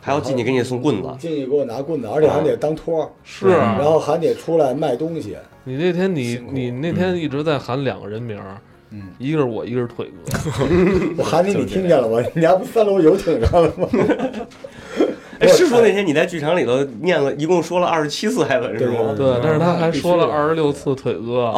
Speaker 4: 还要进去给你送棍子，
Speaker 3: 进去给我拿棍子，而且还得当托儿，
Speaker 1: 是啊
Speaker 3: 然后还得出来卖 东西。
Speaker 1: 你那天你
Speaker 3: 辛苦
Speaker 1: 你那天一直在喊两个人名儿，
Speaker 3: 嗯，
Speaker 1: 一个是我，一个是腿哥。
Speaker 3: 我喊你，你听见了吗？你家不三楼游艇上了吗？
Speaker 4: 哎，是说那天你在剧场里头念了一共说了二十七次海文是吗？
Speaker 1: 对，但是他还说了
Speaker 3: 必须的哦
Speaker 1: 二十六次腿哥。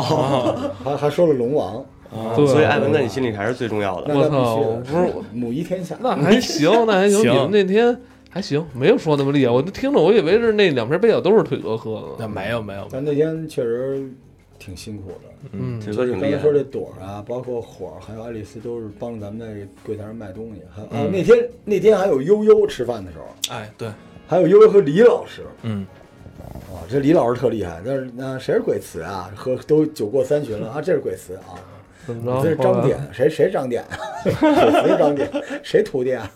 Speaker 3: 还还说了龙 王，
Speaker 4: 啊
Speaker 1: 对
Speaker 4: 所以艾文在你心里还是最重要的。
Speaker 3: 那
Speaker 1: 我
Speaker 3: 那
Speaker 1: 操
Speaker 3: 必须
Speaker 1: 不
Speaker 3: 的，
Speaker 1: 是我
Speaker 3: 母仪天下。
Speaker 1: 那还行，那还行。
Speaker 2: 行
Speaker 1: 你们那天还行，没有说那么厉害。
Speaker 2: 啊
Speaker 1: 我就听着，我以为是那两瓶白酒都是腿哥喝的。
Speaker 2: 嗯那没有没有，没有
Speaker 3: 但那天确实挺辛苦的。
Speaker 1: 嗯，
Speaker 4: 铁哥挺
Speaker 3: 刚
Speaker 4: 厉
Speaker 3: 才
Speaker 4: 害
Speaker 3: 说，这朵儿啊，包括火儿，还有爱丽丝，都是帮咱们在柜台上卖东西。还有、啊，那天那天还有悠悠吃饭的时候，
Speaker 2: 哎，对，
Speaker 3: 还有悠悠和李老师
Speaker 2: 嗯，
Speaker 3: 啊，这李老师特厉害。但是那谁是鬼词啊？喝都酒过三巡了啊，这是鬼词啊，
Speaker 1: 怎么着？
Speaker 3: 这是
Speaker 1: 后
Speaker 3: 张
Speaker 1: 来
Speaker 3: 典，谁谁张典啊？ 鬼词张典，谁徒弟啊？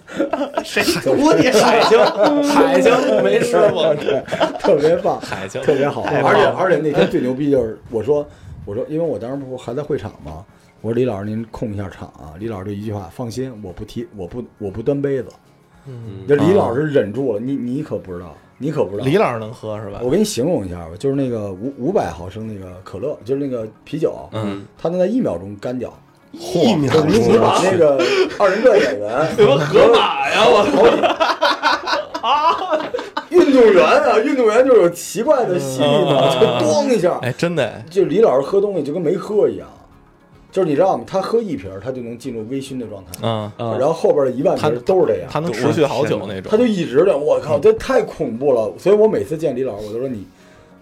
Speaker 4: 谁我 你海星，
Speaker 2: 海星没吃过，
Speaker 3: 特别棒，
Speaker 2: 海椒
Speaker 3: 特别好，
Speaker 2: 太棒
Speaker 3: 而且
Speaker 2: 了
Speaker 3: 而且那天最牛逼就是我说我说，因为我当时不还在会场嘛，我说李老师您控一下场啊，李老师就一句话，放心，我不提，我不我不端杯子，嗯，就李老师忍住了，你你可不知道，你可不知道，
Speaker 2: 李老师能喝是吧
Speaker 3: 我？给你形容一下吧，就是那个五五百毫升那个可乐，就是那个啤酒，嗯，它能在一秒钟干掉。
Speaker 4: 一秒
Speaker 3: 就是你你
Speaker 4: 钟
Speaker 3: 把
Speaker 4: 啊
Speaker 3: 那个二人转演员
Speaker 2: 什么河马呀？我
Speaker 3: 好几运动员啊，运动员就是有奇怪的吸力嘛，就咣一下，
Speaker 2: 哎，真的哎，
Speaker 3: 就李老师喝东西就跟没喝一样，就是你知道吗？他喝一瓶儿，他就能进入微醺的状态，
Speaker 2: 嗯，
Speaker 3: 然后后边的一万瓶儿都是这样，
Speaker 2: 他嗯能持续好久那
Speaker 3: 他
Speaker 2: 种。
Speaker 3: 就一直的，我靠，这太恐怖了。所以我每次见李老师，我都说你，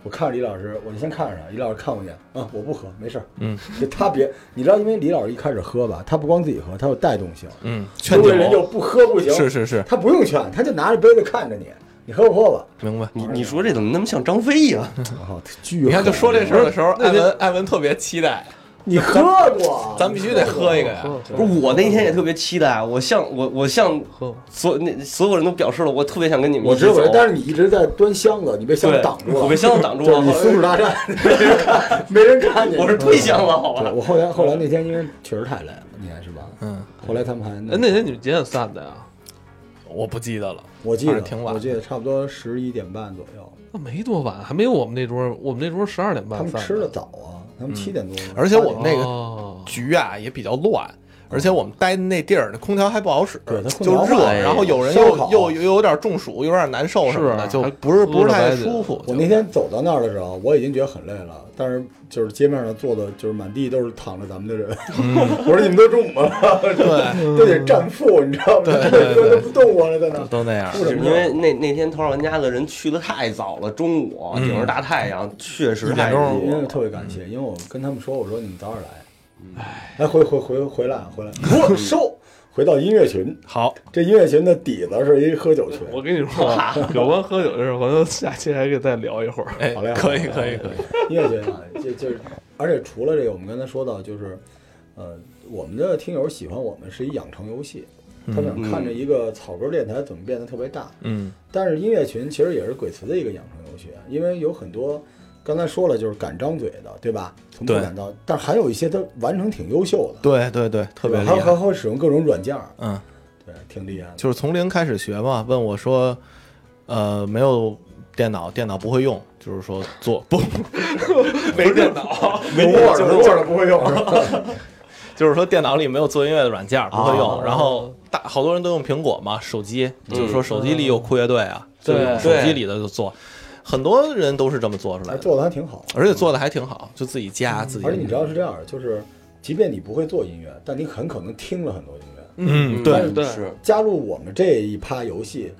Speaker 3: 我看着李老师，我就先看着他，李老师看我一眼啊，我不喝，没事儿，
Speaker 2: 嗯，
Speaker 3: 就他别，你知道，因为李老师一开始喝吧，他不光自己喝，他有带动性，
Speaker 2: 嗯，劝
Speaker 3: 周围人就
Speaker 2: 酒
Speaker 3: 不喝不行，
Speaker 2: 是是是，
Speaker 3: 他不用劝，他就拿着杯子看着你，你喝不喝吧？
Speaker 2: 明白。
Speaker 4: 你你说这怎么那么像张飞呀？
Speaker 3: 然后巨狠，啊
Speaker 2: 嗯你看，就说这事儿的时候，艾文艾文特别期待，
Speaker 3: 你喝过，啊
Speaker 2: 咱必须得喝一个呀。
Speaker 4: 不是我那天也特别期待，我向我我向所那所有人都表示了，我特别想跟你们
Speaker 3: 我
Speaker 4: 一起
Speaker 3: 知道
Speaker 4: 走，。
Speaker 3: 但是你一直在端箱子，你被箱子
Speaker 4: 对
Speaker 3: 挡住了，
Speaker 4: 我被箱子挡住
Speaker 3: 就是
Speaker 4: 了
Speaker 3: 你，
Speaker 4: 后
Speaker 3: 苏
Speaker 4: 来
Speaker 3: 式大 战，没人看，没人看见。
Speaker 4: 我是退箱了，好
Speaker 3: 对，
Speaker 4: 吧？
Speaker 3: 我后来后来那天因为确实太累了，你看是吧？
Speaker 2: 嗯，
Speaker 3: 后来他们还
Speaker 1: 哎，那天你们几点散的呀？
Speaker 2: 我不记得了，
Speaker 3: 我记
Speaker 2: 反
Speaker 3: 得
Speaker 2: 正挺晚
Speaker 3: 我记得差不多十一点半左右，
Speaker 1: 那没多晚，还没有我们那桌，我们那桌十二点
Speaker 3: 他
Speaker 1: 半
Speaker 3: 们
Speaker 1: 散。
Speaker 3: 吃的早啊，他
Speaker 4: 嗯
Speaker 3: 们七点多。
Speaker 2: 而且我们那个
Speaker 1: 哦，
Speaker 2: 局啊也比较乱，而且我们待那地儿，那空调还不好使，
Speaker 3: 对它空
Speaker 2: 就
Speaker 3: 调
Speaker 2: 热，
Speaker 3: 坏
Speaker 2: 然后有人
Speaker 3: 烧
Speaker 2: 又
Speaker 3: 烤
Speaker 2: 又又有点中暑，有点难受什么的，
Speaker 1: 是
Speaker 2: 就
Speaker 1: 还
Speaker 2: 不是不
Speaker 1: 哭
Speaker 2: 是
Speaker 1: 了
Speaker 2: 太
Speaker 1: 白酒
Speaker 2: 舒服。
Speaker 3: 我
Speaker 2: 就
Speaker 3: 那天走到那儿的时候，我已经觉得很累了，但是就是街面上坐的，就是满地都是躺着咱们的人。我说你们都中午了，
Speaker 2: 嗯对
Speaker 3: 都得战俘，你知道吗？
Speaker 2: 对 对
Speaker 3: 都
Speaker 2: 对
Speaker 3: 不动我了，在那。
Speaker 2: 都那样，
Speaker 3: 不是
Speaker 4: 因为那那天头号玩家的人去的太早了，中午啊顶着大太阳，确实
Speaker 2: 嗯一点嗯
Speaker 4: 太
Speaker 2: 钟
Speaker 4: 热
Speaker 3: 因为
Speaker 4: 了。
Speaker 3: 嗯特别感谢，因为我跟他们说，我说你们早点来，
Speaker 2: 嗯
Speaker 3: 哎，回回回回来回来， 我收。回到音乐群，
Speaker 2: 好，
Speaker 3: 这音乐群的底子是一喝酒群，
Speaker 1: 我跟你 说啊，有关喝酒的事儿，我们下期还可以再聊一会儿。
Speaker 2: 哎
Speaker 3: 好嘞，好嘞
Speaker 2: 可以可以可以，
Speaker 3: 音乐群啊，就就是，而且除了这个，我们刚才说到就是，呃，我们的听友喜欢我们是一养成游戏，他们想看着一个草根电台怎么变得特别大，
Speaker 2: 嗯
Speaker 3: 但是音乐群其实也是鬼词的一个养成游戏，啊因为有很多刚才说了就是敢张嘴的，对吧？从不
Speaker 2: 对
Speaker 3: 敢到，但还有一些他完成挺优秀的，
Speaker 2: 对对对，特别
Speaker 3: 对
Speaker 2: 厉
Speaker 3: 吧还还
Speaker 2: 害，
Speaker 3: 会使用各种软件儿，
Speaker 2: 嗯。
Speaker 3: 对，挺厉害的。
Speaker 2: 就是从零开始学嘛。问我说，呃，没有电脑，电脑不会用，就是说做不， 没电脑， 没电脑，就是
Speaker 3: 儿不会 用，
Speaker 2: 就是说电脑里没有做音乐的软件儿不会用。
Speaker 1: 啊
Speaker 2: 然后大好多人都用苹果嘛，手机，就是说手机里有酷乐队啊，
Speaker 1: 对
Speaker 2: 就是手机里的就做，很多人都是这么做出来
Speaker 3: 还
Speaker 2: 的，
Speaker 3: 哎做的还挺好。
Speaker 2: 而且做的还挺好，就自己加自己
Speaker 3: 而且。你知道是这样儿，就是即便你不会做音乐，但你很可能听了很多音乐。
Speaker 2: 嗯，对，
Speaker 1: 对
Speaker 4: 是
Speaker 3: 加入我们这一趴游戏，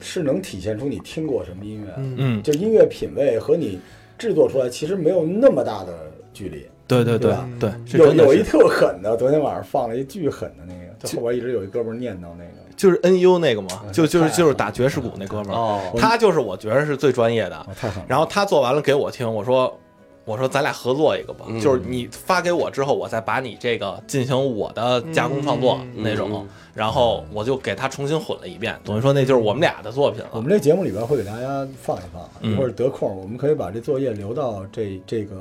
Speaker 3: 是能体现出你听过什么音乐，
Speaker 2: 嗯，
Speaker 3: 就音乐品味和你制作出来其实没有那么大的距离。
Speaker 2: 对对
Speaker 3: 对
Speaker 2: 对
Speaker 3: 吧
Speaker 2: 对，是
Speaker 3: 有
Speaker 2: 真的
Speaker 3: 有一
Speaker 2: 是，
Speaker 3: 特狠的，昨天晚上放了一巨狠的那个，就后边一直有一哥们儿念叨那个，
Speaker 2: 就是 N U 那个嘛，就就是
Speaker 3: 太
Speaker 2: 就是打爵士鼓那哥们儿，
Speaker 4: 哦，
Speaker 2: 他就是我觉得是最专业的，
Speaker 3: 啊，太狠了。
Speaker 2: 然后他做哦完了给我听，我说我说咱俩合作一个吧，
Speaker 4: 嗯
Speaker 2: 就是你发给我之后，我再把你这个进行我的加工创作
Speaker 1: 嗯
Speaker 2: 那种，
Speaker 4: 嗯
Speaker 2: 然后我就给他重新混了一遍，等于说那就是我们俩的作品
Speaker 3: 我
Speaker 2: 了。
Speaker 3: 们这节目里边会给大家放一放，
Speaker 2: 嗯
Speaker 3: 或者得空我们可以把这作业留到这这个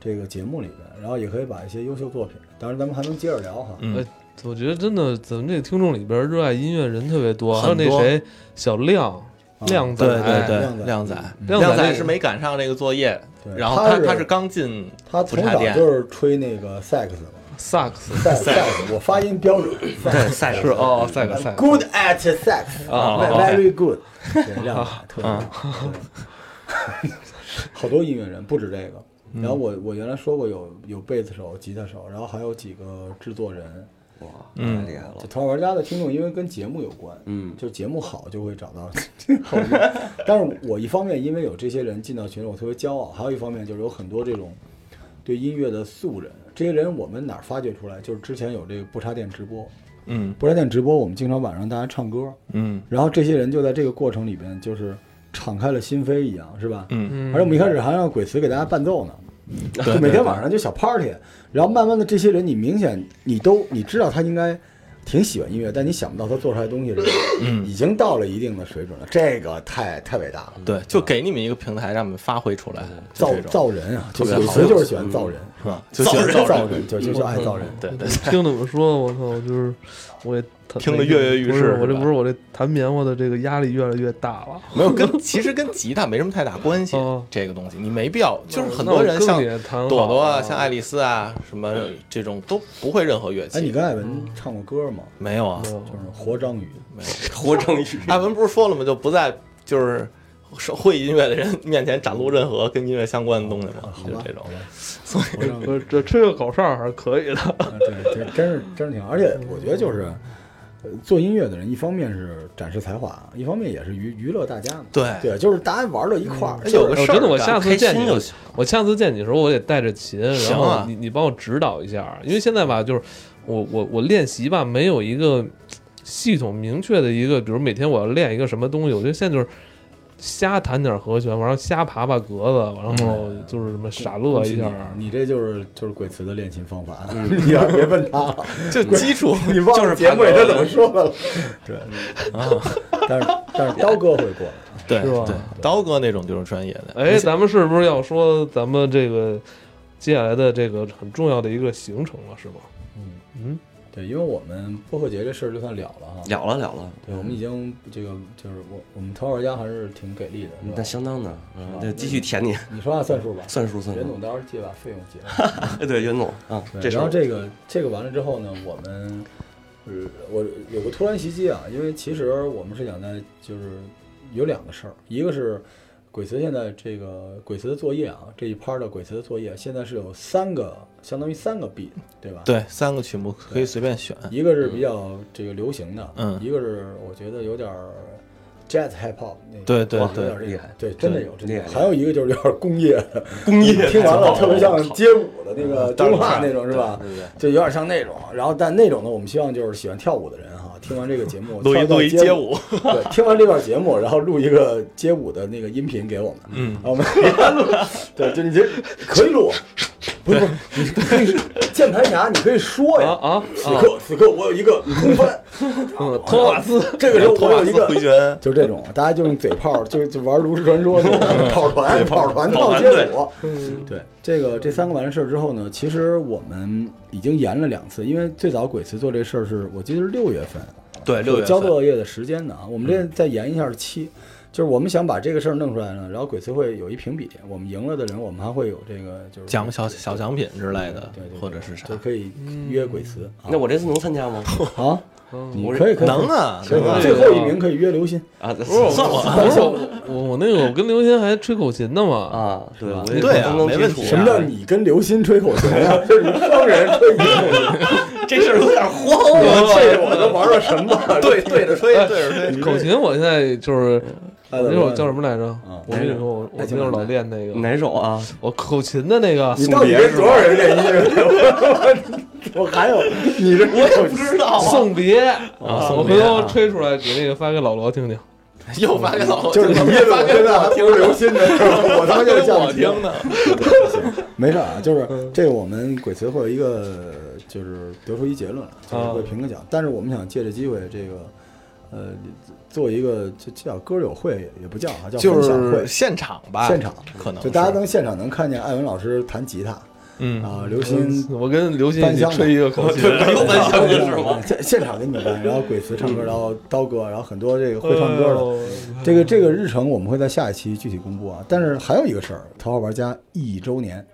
Speaker 3: 这个节目里边，然后也可以把一些优秀作品，当然咱们还能接着聊哈。
Speaker 2: 嗯
Speaker 1: 哎，我觉得真的，咱们这个听众里边热爱音乐人特别多，还有
Speaker 2: 很
Speaker 1: 那
Speaker 2: 多啊
Speaker 1: 谁小亮亮仔，
Speaker 2: 对对对，
Speaker 3: 亮仔
Speaker 2: 亮仔，嗯
Speaker 1: 亮
Speaker 2: 亮
Speaker 1: 仔
Speaker 2: 仔
Speaker 1: 那
Speaker 2: 是没赶上这个作业，
Speaker 3: 对
Speaker 2: 然后
Speaker 3: 他
Speaker 2: 他
Speaker 3: 是
Speaker 2: 他是刚进
Speaker 3: 他
Speaker 2: 不
Speaker 3: 从
Speaker 2: 插
Speaker 3: 小
Speaker 2: 电
Speaker 3: 就是吹那个 sax 的，
Speaker 1: 萨克斯
Speaker 3: 赛赛，我发音标准。
Speaker 4: 对赛
Speaker 1: 是哦，萨克
Speaker 3: I'm
Speaker 1: 萨克
Speaker 3: good at sex, Ve-
Speaker 2: 啊好
Speaker 3: very good，对， 亮仔
Speaker 2: 啊
Speaker 3: 特别好，对好多音乐人不止这个。
Speaker 2: 嗯
Speaker 3: 然后我我原来说过有有贝斯手、吉他手，然后还有几个制作人。
Speaker 4: 哇，
Speaker 2: 嗯
Speaker 4: 太厉害了
Speaker 3: 就！头号玩家的听众，因为跟节目有关，
Speaker 4: 嗯
Speaker 3: 就节目好就会找到 好音。但是我一方面因为有这些人进到群里，我特别骄傲；还有一方面就是有很多这种对音乐的素人。这些人我们哪儿发掘出来？就是之前有这个不插电直播，
Speaker 2: 嗯
Speaker 3: 不插电直播我们经常晚上让大家唱歌，
Speaker 2: 嗯
Speaker 3: 然后这些人就在这个过程里边就是敞开了心扉一样，是吧？
Speaker 2: 嗯
Speaker 3: 而且我们一开始还让鬼词给大家伴奏呢，就 每天晚上就小 party，然后慢慢的这些人，你明显你都你知道他应该挺喜欢音乐，但你想不到他做出来的东西是，
Speaker 2: 嗯
Speaker 3: 已经到了一定的水准了，这个太太伟大了，
Speaker 2: 对，就给你们一个平台，让你们发挥出来，就
Speaker 3: 造
Speaker 2: 这种
Speaker 3: 造人啊，就
Speaker 2: 特
Speaker 3: 鬼
Speaker 2: 别好
Speaker 3: 词就是喜欢造人，
Speaker 2: 是吧？就
Speaker 3: 造
Speaker 2: 喜欢
Speaker 3: 人
Speaker 2: 造嗯
Speaker 3: 造人，就就就爱造人。
Speaker 2: 对对
Speaker 1: 听你们说，我操，就是我也
Speaker 2: 听得跃跃欲试
Speaker 1: 不是我这
Speaker 2: 是吧
Speaker 1: 不是我这弹棉花的这个压力越来越大了。
Speaker 2: 没有跟其实跟吉他没什么太大关系
Speaker 1: 哦，
Speaker 2: 这个东西你没必要，就是很
Speaker 1: 那我
Speaker 2: 多人
Speaker 1: 更
Speaker 2: 像
Speaker 1: 得弹好
Speaker 2: 朵朵啊，
Speaker 1: 了
Speaker 2: 像爱丽丝啊，什么这种都不会任何乐
Speaker 3: 哎，你
Speaker 2: 器，
Speaker 3: 跟艾文唱过歌吗？
Speaker 2: 没有啊，
Speaker 3: 就是活章鱼，
Speaker 4: 活成语。
Speaker 2: 艾文不是说了吗？就不在就是会音乐的人面前展露任何跟音乐相关的东西嘛，
Speaker 3: 好
Speaker 2: 就是
Speaker 3: 吧
Speaker 2: 这种。
Speaker 3: 活章鱼
Speaker 1: 不是这吹个口哨还是可以的。
Speaker 3: 啊对，这真是真是挺好，而且我觉得就是，呃做音乐的人一方面是展示才华，一方面也是娱娱乐大家嘛。
Speaker 2: 对
Speaker 3: 对，就是大家玩到一块儿，
Speaker 2: 哎有个
Speaker 1: 我
Speaker 2: 事儿
Speaker 1: 真的，我
Speaker 2: 干
Speaker 1: 下次
Speaker 4: 开
Speaker 1: 见
Speaker 4: 心
Speaker 1: 你
Speaker 4: 就，行。
Speaker 1: 我下次见你的时候，我得带着琴，
Speaker 2: 行
Speaker 1: 然
Speaker 2: 啊
Speaker 1: 后你你帮我指导一下，因为现在吧，就是我我我练习吧，没有一个系统明确的一个，比如每天我要练一个什么东西，我觉得现在就是瞎弹点和弦，完了瞎爬爬格子，然后就是什么傻乐一下，
Speaker 3: 哎你啊这就是就是鬼词的练琴方法， 你要别问他了，
Speaker 2: 就基础
Speaker 3: 你忘
Speaker 2: 就
Speaker 3: 了
Speaker 2: 是
Speaker 3: 结
Speaker 2: 盘
Speaker 3: 尾
Speaker 2: 格
Speaker 3: 他
Speaker 2: 子
Speaker 3: 怎么说的了。对，但是但是刀哥会过来，
Speaker 2: 对
Speaker 1: 是吧
Speaker 2: 对，刀哥那种就是专业的。
Speaker 1: 哎，咱们是不是要说咱们这个接下来的这个很重要的一个行程了，是吗？
Speaker 3: 对，因为我们薄荷节这事儿就算了了哈。
Speaker 4: 了了了了，
Speaker 3: 对，我们已经这个就是我我们头号玩家还是挺给力的，是吧
Speaker 4: 那相当的，嗯，对，继续舔你，
Speaker 3: 你说话算数吧，
Speaker 4: 算数算
Speaker 3: 袁
Speaker 4: 数。
Speaker 3: 总到时候记得把费用结了。
Speaker 4: 哎，对，袁总啊，
Speaker 3: 对，
Speaker 4: 这时
Speaker 3: 然后
Speaker 4: 候
Speaker 3: 这个这个完了之后呢，我们呃，我有个突然袭击啊，因为其实我们是想在就是有两个事儿，一个是鬼词现在这个鬼词的作业啊，这一趴的鬼词的作业现在是有三个，相当于三个 B，对吧？。
Speaker 2: 对，三个曲目可以随便选。
Speaker 3: 一个是比较这个流行的，
Speaker 2: 嗯
Speaker 3: 一个是我觉得有点儿 jazz hip hop 那种，
Speaker 2: 对对
Speaker 4: 哇
Speaker 2: 对
Speaker 3: 有点这
Speaker 4: 厉
Speaker 3: 个
Speaker 4: 害，
Speaker 3: 对，真的有，真的有
Speaker 4: 厉害
Speaker 3: 还有一个就是有点工业的，
Speaker 4: 工业
Speaker 3: 听完 了
Speaker 4: 太
Speaker 3: 特
Speaker 4: 棒
Speaker 3: 别像街舞的那个
Speaker 2: 哦嗯当
Speaker 3: 动
Speaker 2: 然
Speaker 3: 画
Speaker 2: 了
Speaker 3: 那种是吧
Speaker 2: 对对对？
Speaker 3: 就有点像那种。然后但那种呢，我们希望就是喜欢跳舞的人哈，听完这个节目，
Speaker 2: 录
Speaker 3: 跳
Speaker 2: 一录一
Speaker 3: 段
Speaker 2: 街
Speaker 3: 舞，
Speaker 2: 舞，
Speaker 3: 对，听完这段节目，然后录一个街舞的那个音频给我们，
Speaker 2: 嗯，
Speaker 3: 我们 对，就你这可以录，不是不是，你可 以键盘侠，你可以说
Speaker 1: 啊
Speaker 2: 哦
Speaker 3: 呀。
Speaker 1: 啊
Speaker 3: 此
Speaker 1: 啊！
Speaker 3: 刻此刻我有一个空翻，啊
Speaker 1: 嗯托马斯，
Speaker 3: 这个时候
Speaker 2: 托
Speaker 3: 我
Speaker 2: 马
Speaker 3: 有一
Speaker 2: 斯
Speaker 3: 个
Speaker 2: 回 旋，
Speaker 3: 就这种，大家就用嘴炮，就就玩炉石传说那种跑团、跑团到街舞。对，这个这三个完事儿之后呢，其实我们已经延了两次，因为最早鬼词做这事儿是我记得是六月份，
Speaker 2: 对，六月
Speaker 3: 交
Speaker 2: 份，
Speaker 3: 作业的时间呢啊，我们这再延一下期。就是我们想把这个事儿弄出来呢，然后鬼词会有一评比，我们赢了的人，我们还会有这个就是
Speaker 2: 奖小小奖品之类的
Speaker 3: 对对，对
Speaker 2: 或者是啥
Speaker 3: 就，可以约鬼词啊
Speaker 4: 那我这次能参加吗？
Speaker 3: 啊，你可以可以
Speaker 2: 能 啊，
Speaker 3: 可以
Speaker 2: 能
Speaker 3: 可
Speaker 2: 啊
Speaker 3: 以，最后一名可以约刘鑫，
Speaker 4: 啊，算
Speaker 1: 不是
Speaker 4: 了
Speaker 1: 我，不是我，我我那个我跟刘鑫还吹口琴呢嘛。
Speaker 4: 啊，对，我也
Speaker 2: 对啊
Speaker 4: 刚刚
Speaker 2: 没
Speaker 4: 接
Speaker 2: 问
Speaker 4: 触
Speaker 2: 题啊
Speaker 3: 什么叫你跟刘鑫吹口琴呀？就是你双人吹一口琴，
Speaker 4: 这事儿有点慌啊。
Speaker 3: 我这我都玩到什么哎了？
Speaker 2: 对对着吹，对着吹，
Speaker 1: 口琴我现在就是，
Speaker 3: 哎
Speaker 1: 我那会儿叫什么来着
Speaker 3: 嗯？
Speaker 1: 我跟你说，我我那会儿老练那个，
Speaker 4: 哪首啊？
Speaker 1: 我口琴的那个
Speaker 3: 你到底跟多少人 练音乐？我我还有你这我也不知道，
Speaker 1: 送别啊
Speaker 2: 送
Speaker 1: 我
Speaker 2: 别
Speaker 1: 回头
Speaker 2: 啊
Speaker 1: 吹出来给那个发给老罗听听。
Speaker 2: 又发给 老，
Speaker 3: 就是你
Speaker 2: 又
Speaker 3: 越
Speaker 2: 发
Speaker 3: 我
Speaker 2: 给
Speaker 3: 现在还听刘鑫的时候，我他妈
Speaker 2: 发
Speaker 3: 就
Speaker 2: 给
Speaker 3: 叫
Speaker 2: 我听的，
Speaker 3: 没事
Speaker 2: 嗯
Speaker 3: 啊，就是这个我们鬼词会有一个就是得出一结论，
Speaker 2: 嗯
Speaker 3: 就是会评个奖，但是我们想借着机会这个。呃，做一个就叫歌友会也也不叫啊，叫
Speaker 2: 就
Speaker 3: 分享会
Speaker 2: 是，现场吧，
Speaker 3: 现场
Speaker 2: 可能
Speaker 3: 就是大家能现场能看见艾文老师弹吉他
Speaker 2: 嗯，
Speaker 3: 啊，刘鑫
Speaker 1: 我跟刘鑫
Speaker 3: 翻
Speaker 1: 一起
Speaker 3: 箱
Speaker 1: 吹一个口琴，
Speaker 3: 有
Speaker 4: 翻箱子是
Speaker 3: 吗？现现场给你们搬，然后鬼词
Speaker 2: 嗯
Speaker 3: 唱歌，然后刀哥，然后很多这个会唱歌
Speaker 1: 哎
Speaker 3: 的。
Speaker 1: 呦
Speaker 3: 这个这个日程我们会在下一期具体公布啊。但是还有一个事儿，《头号玩家》一周年，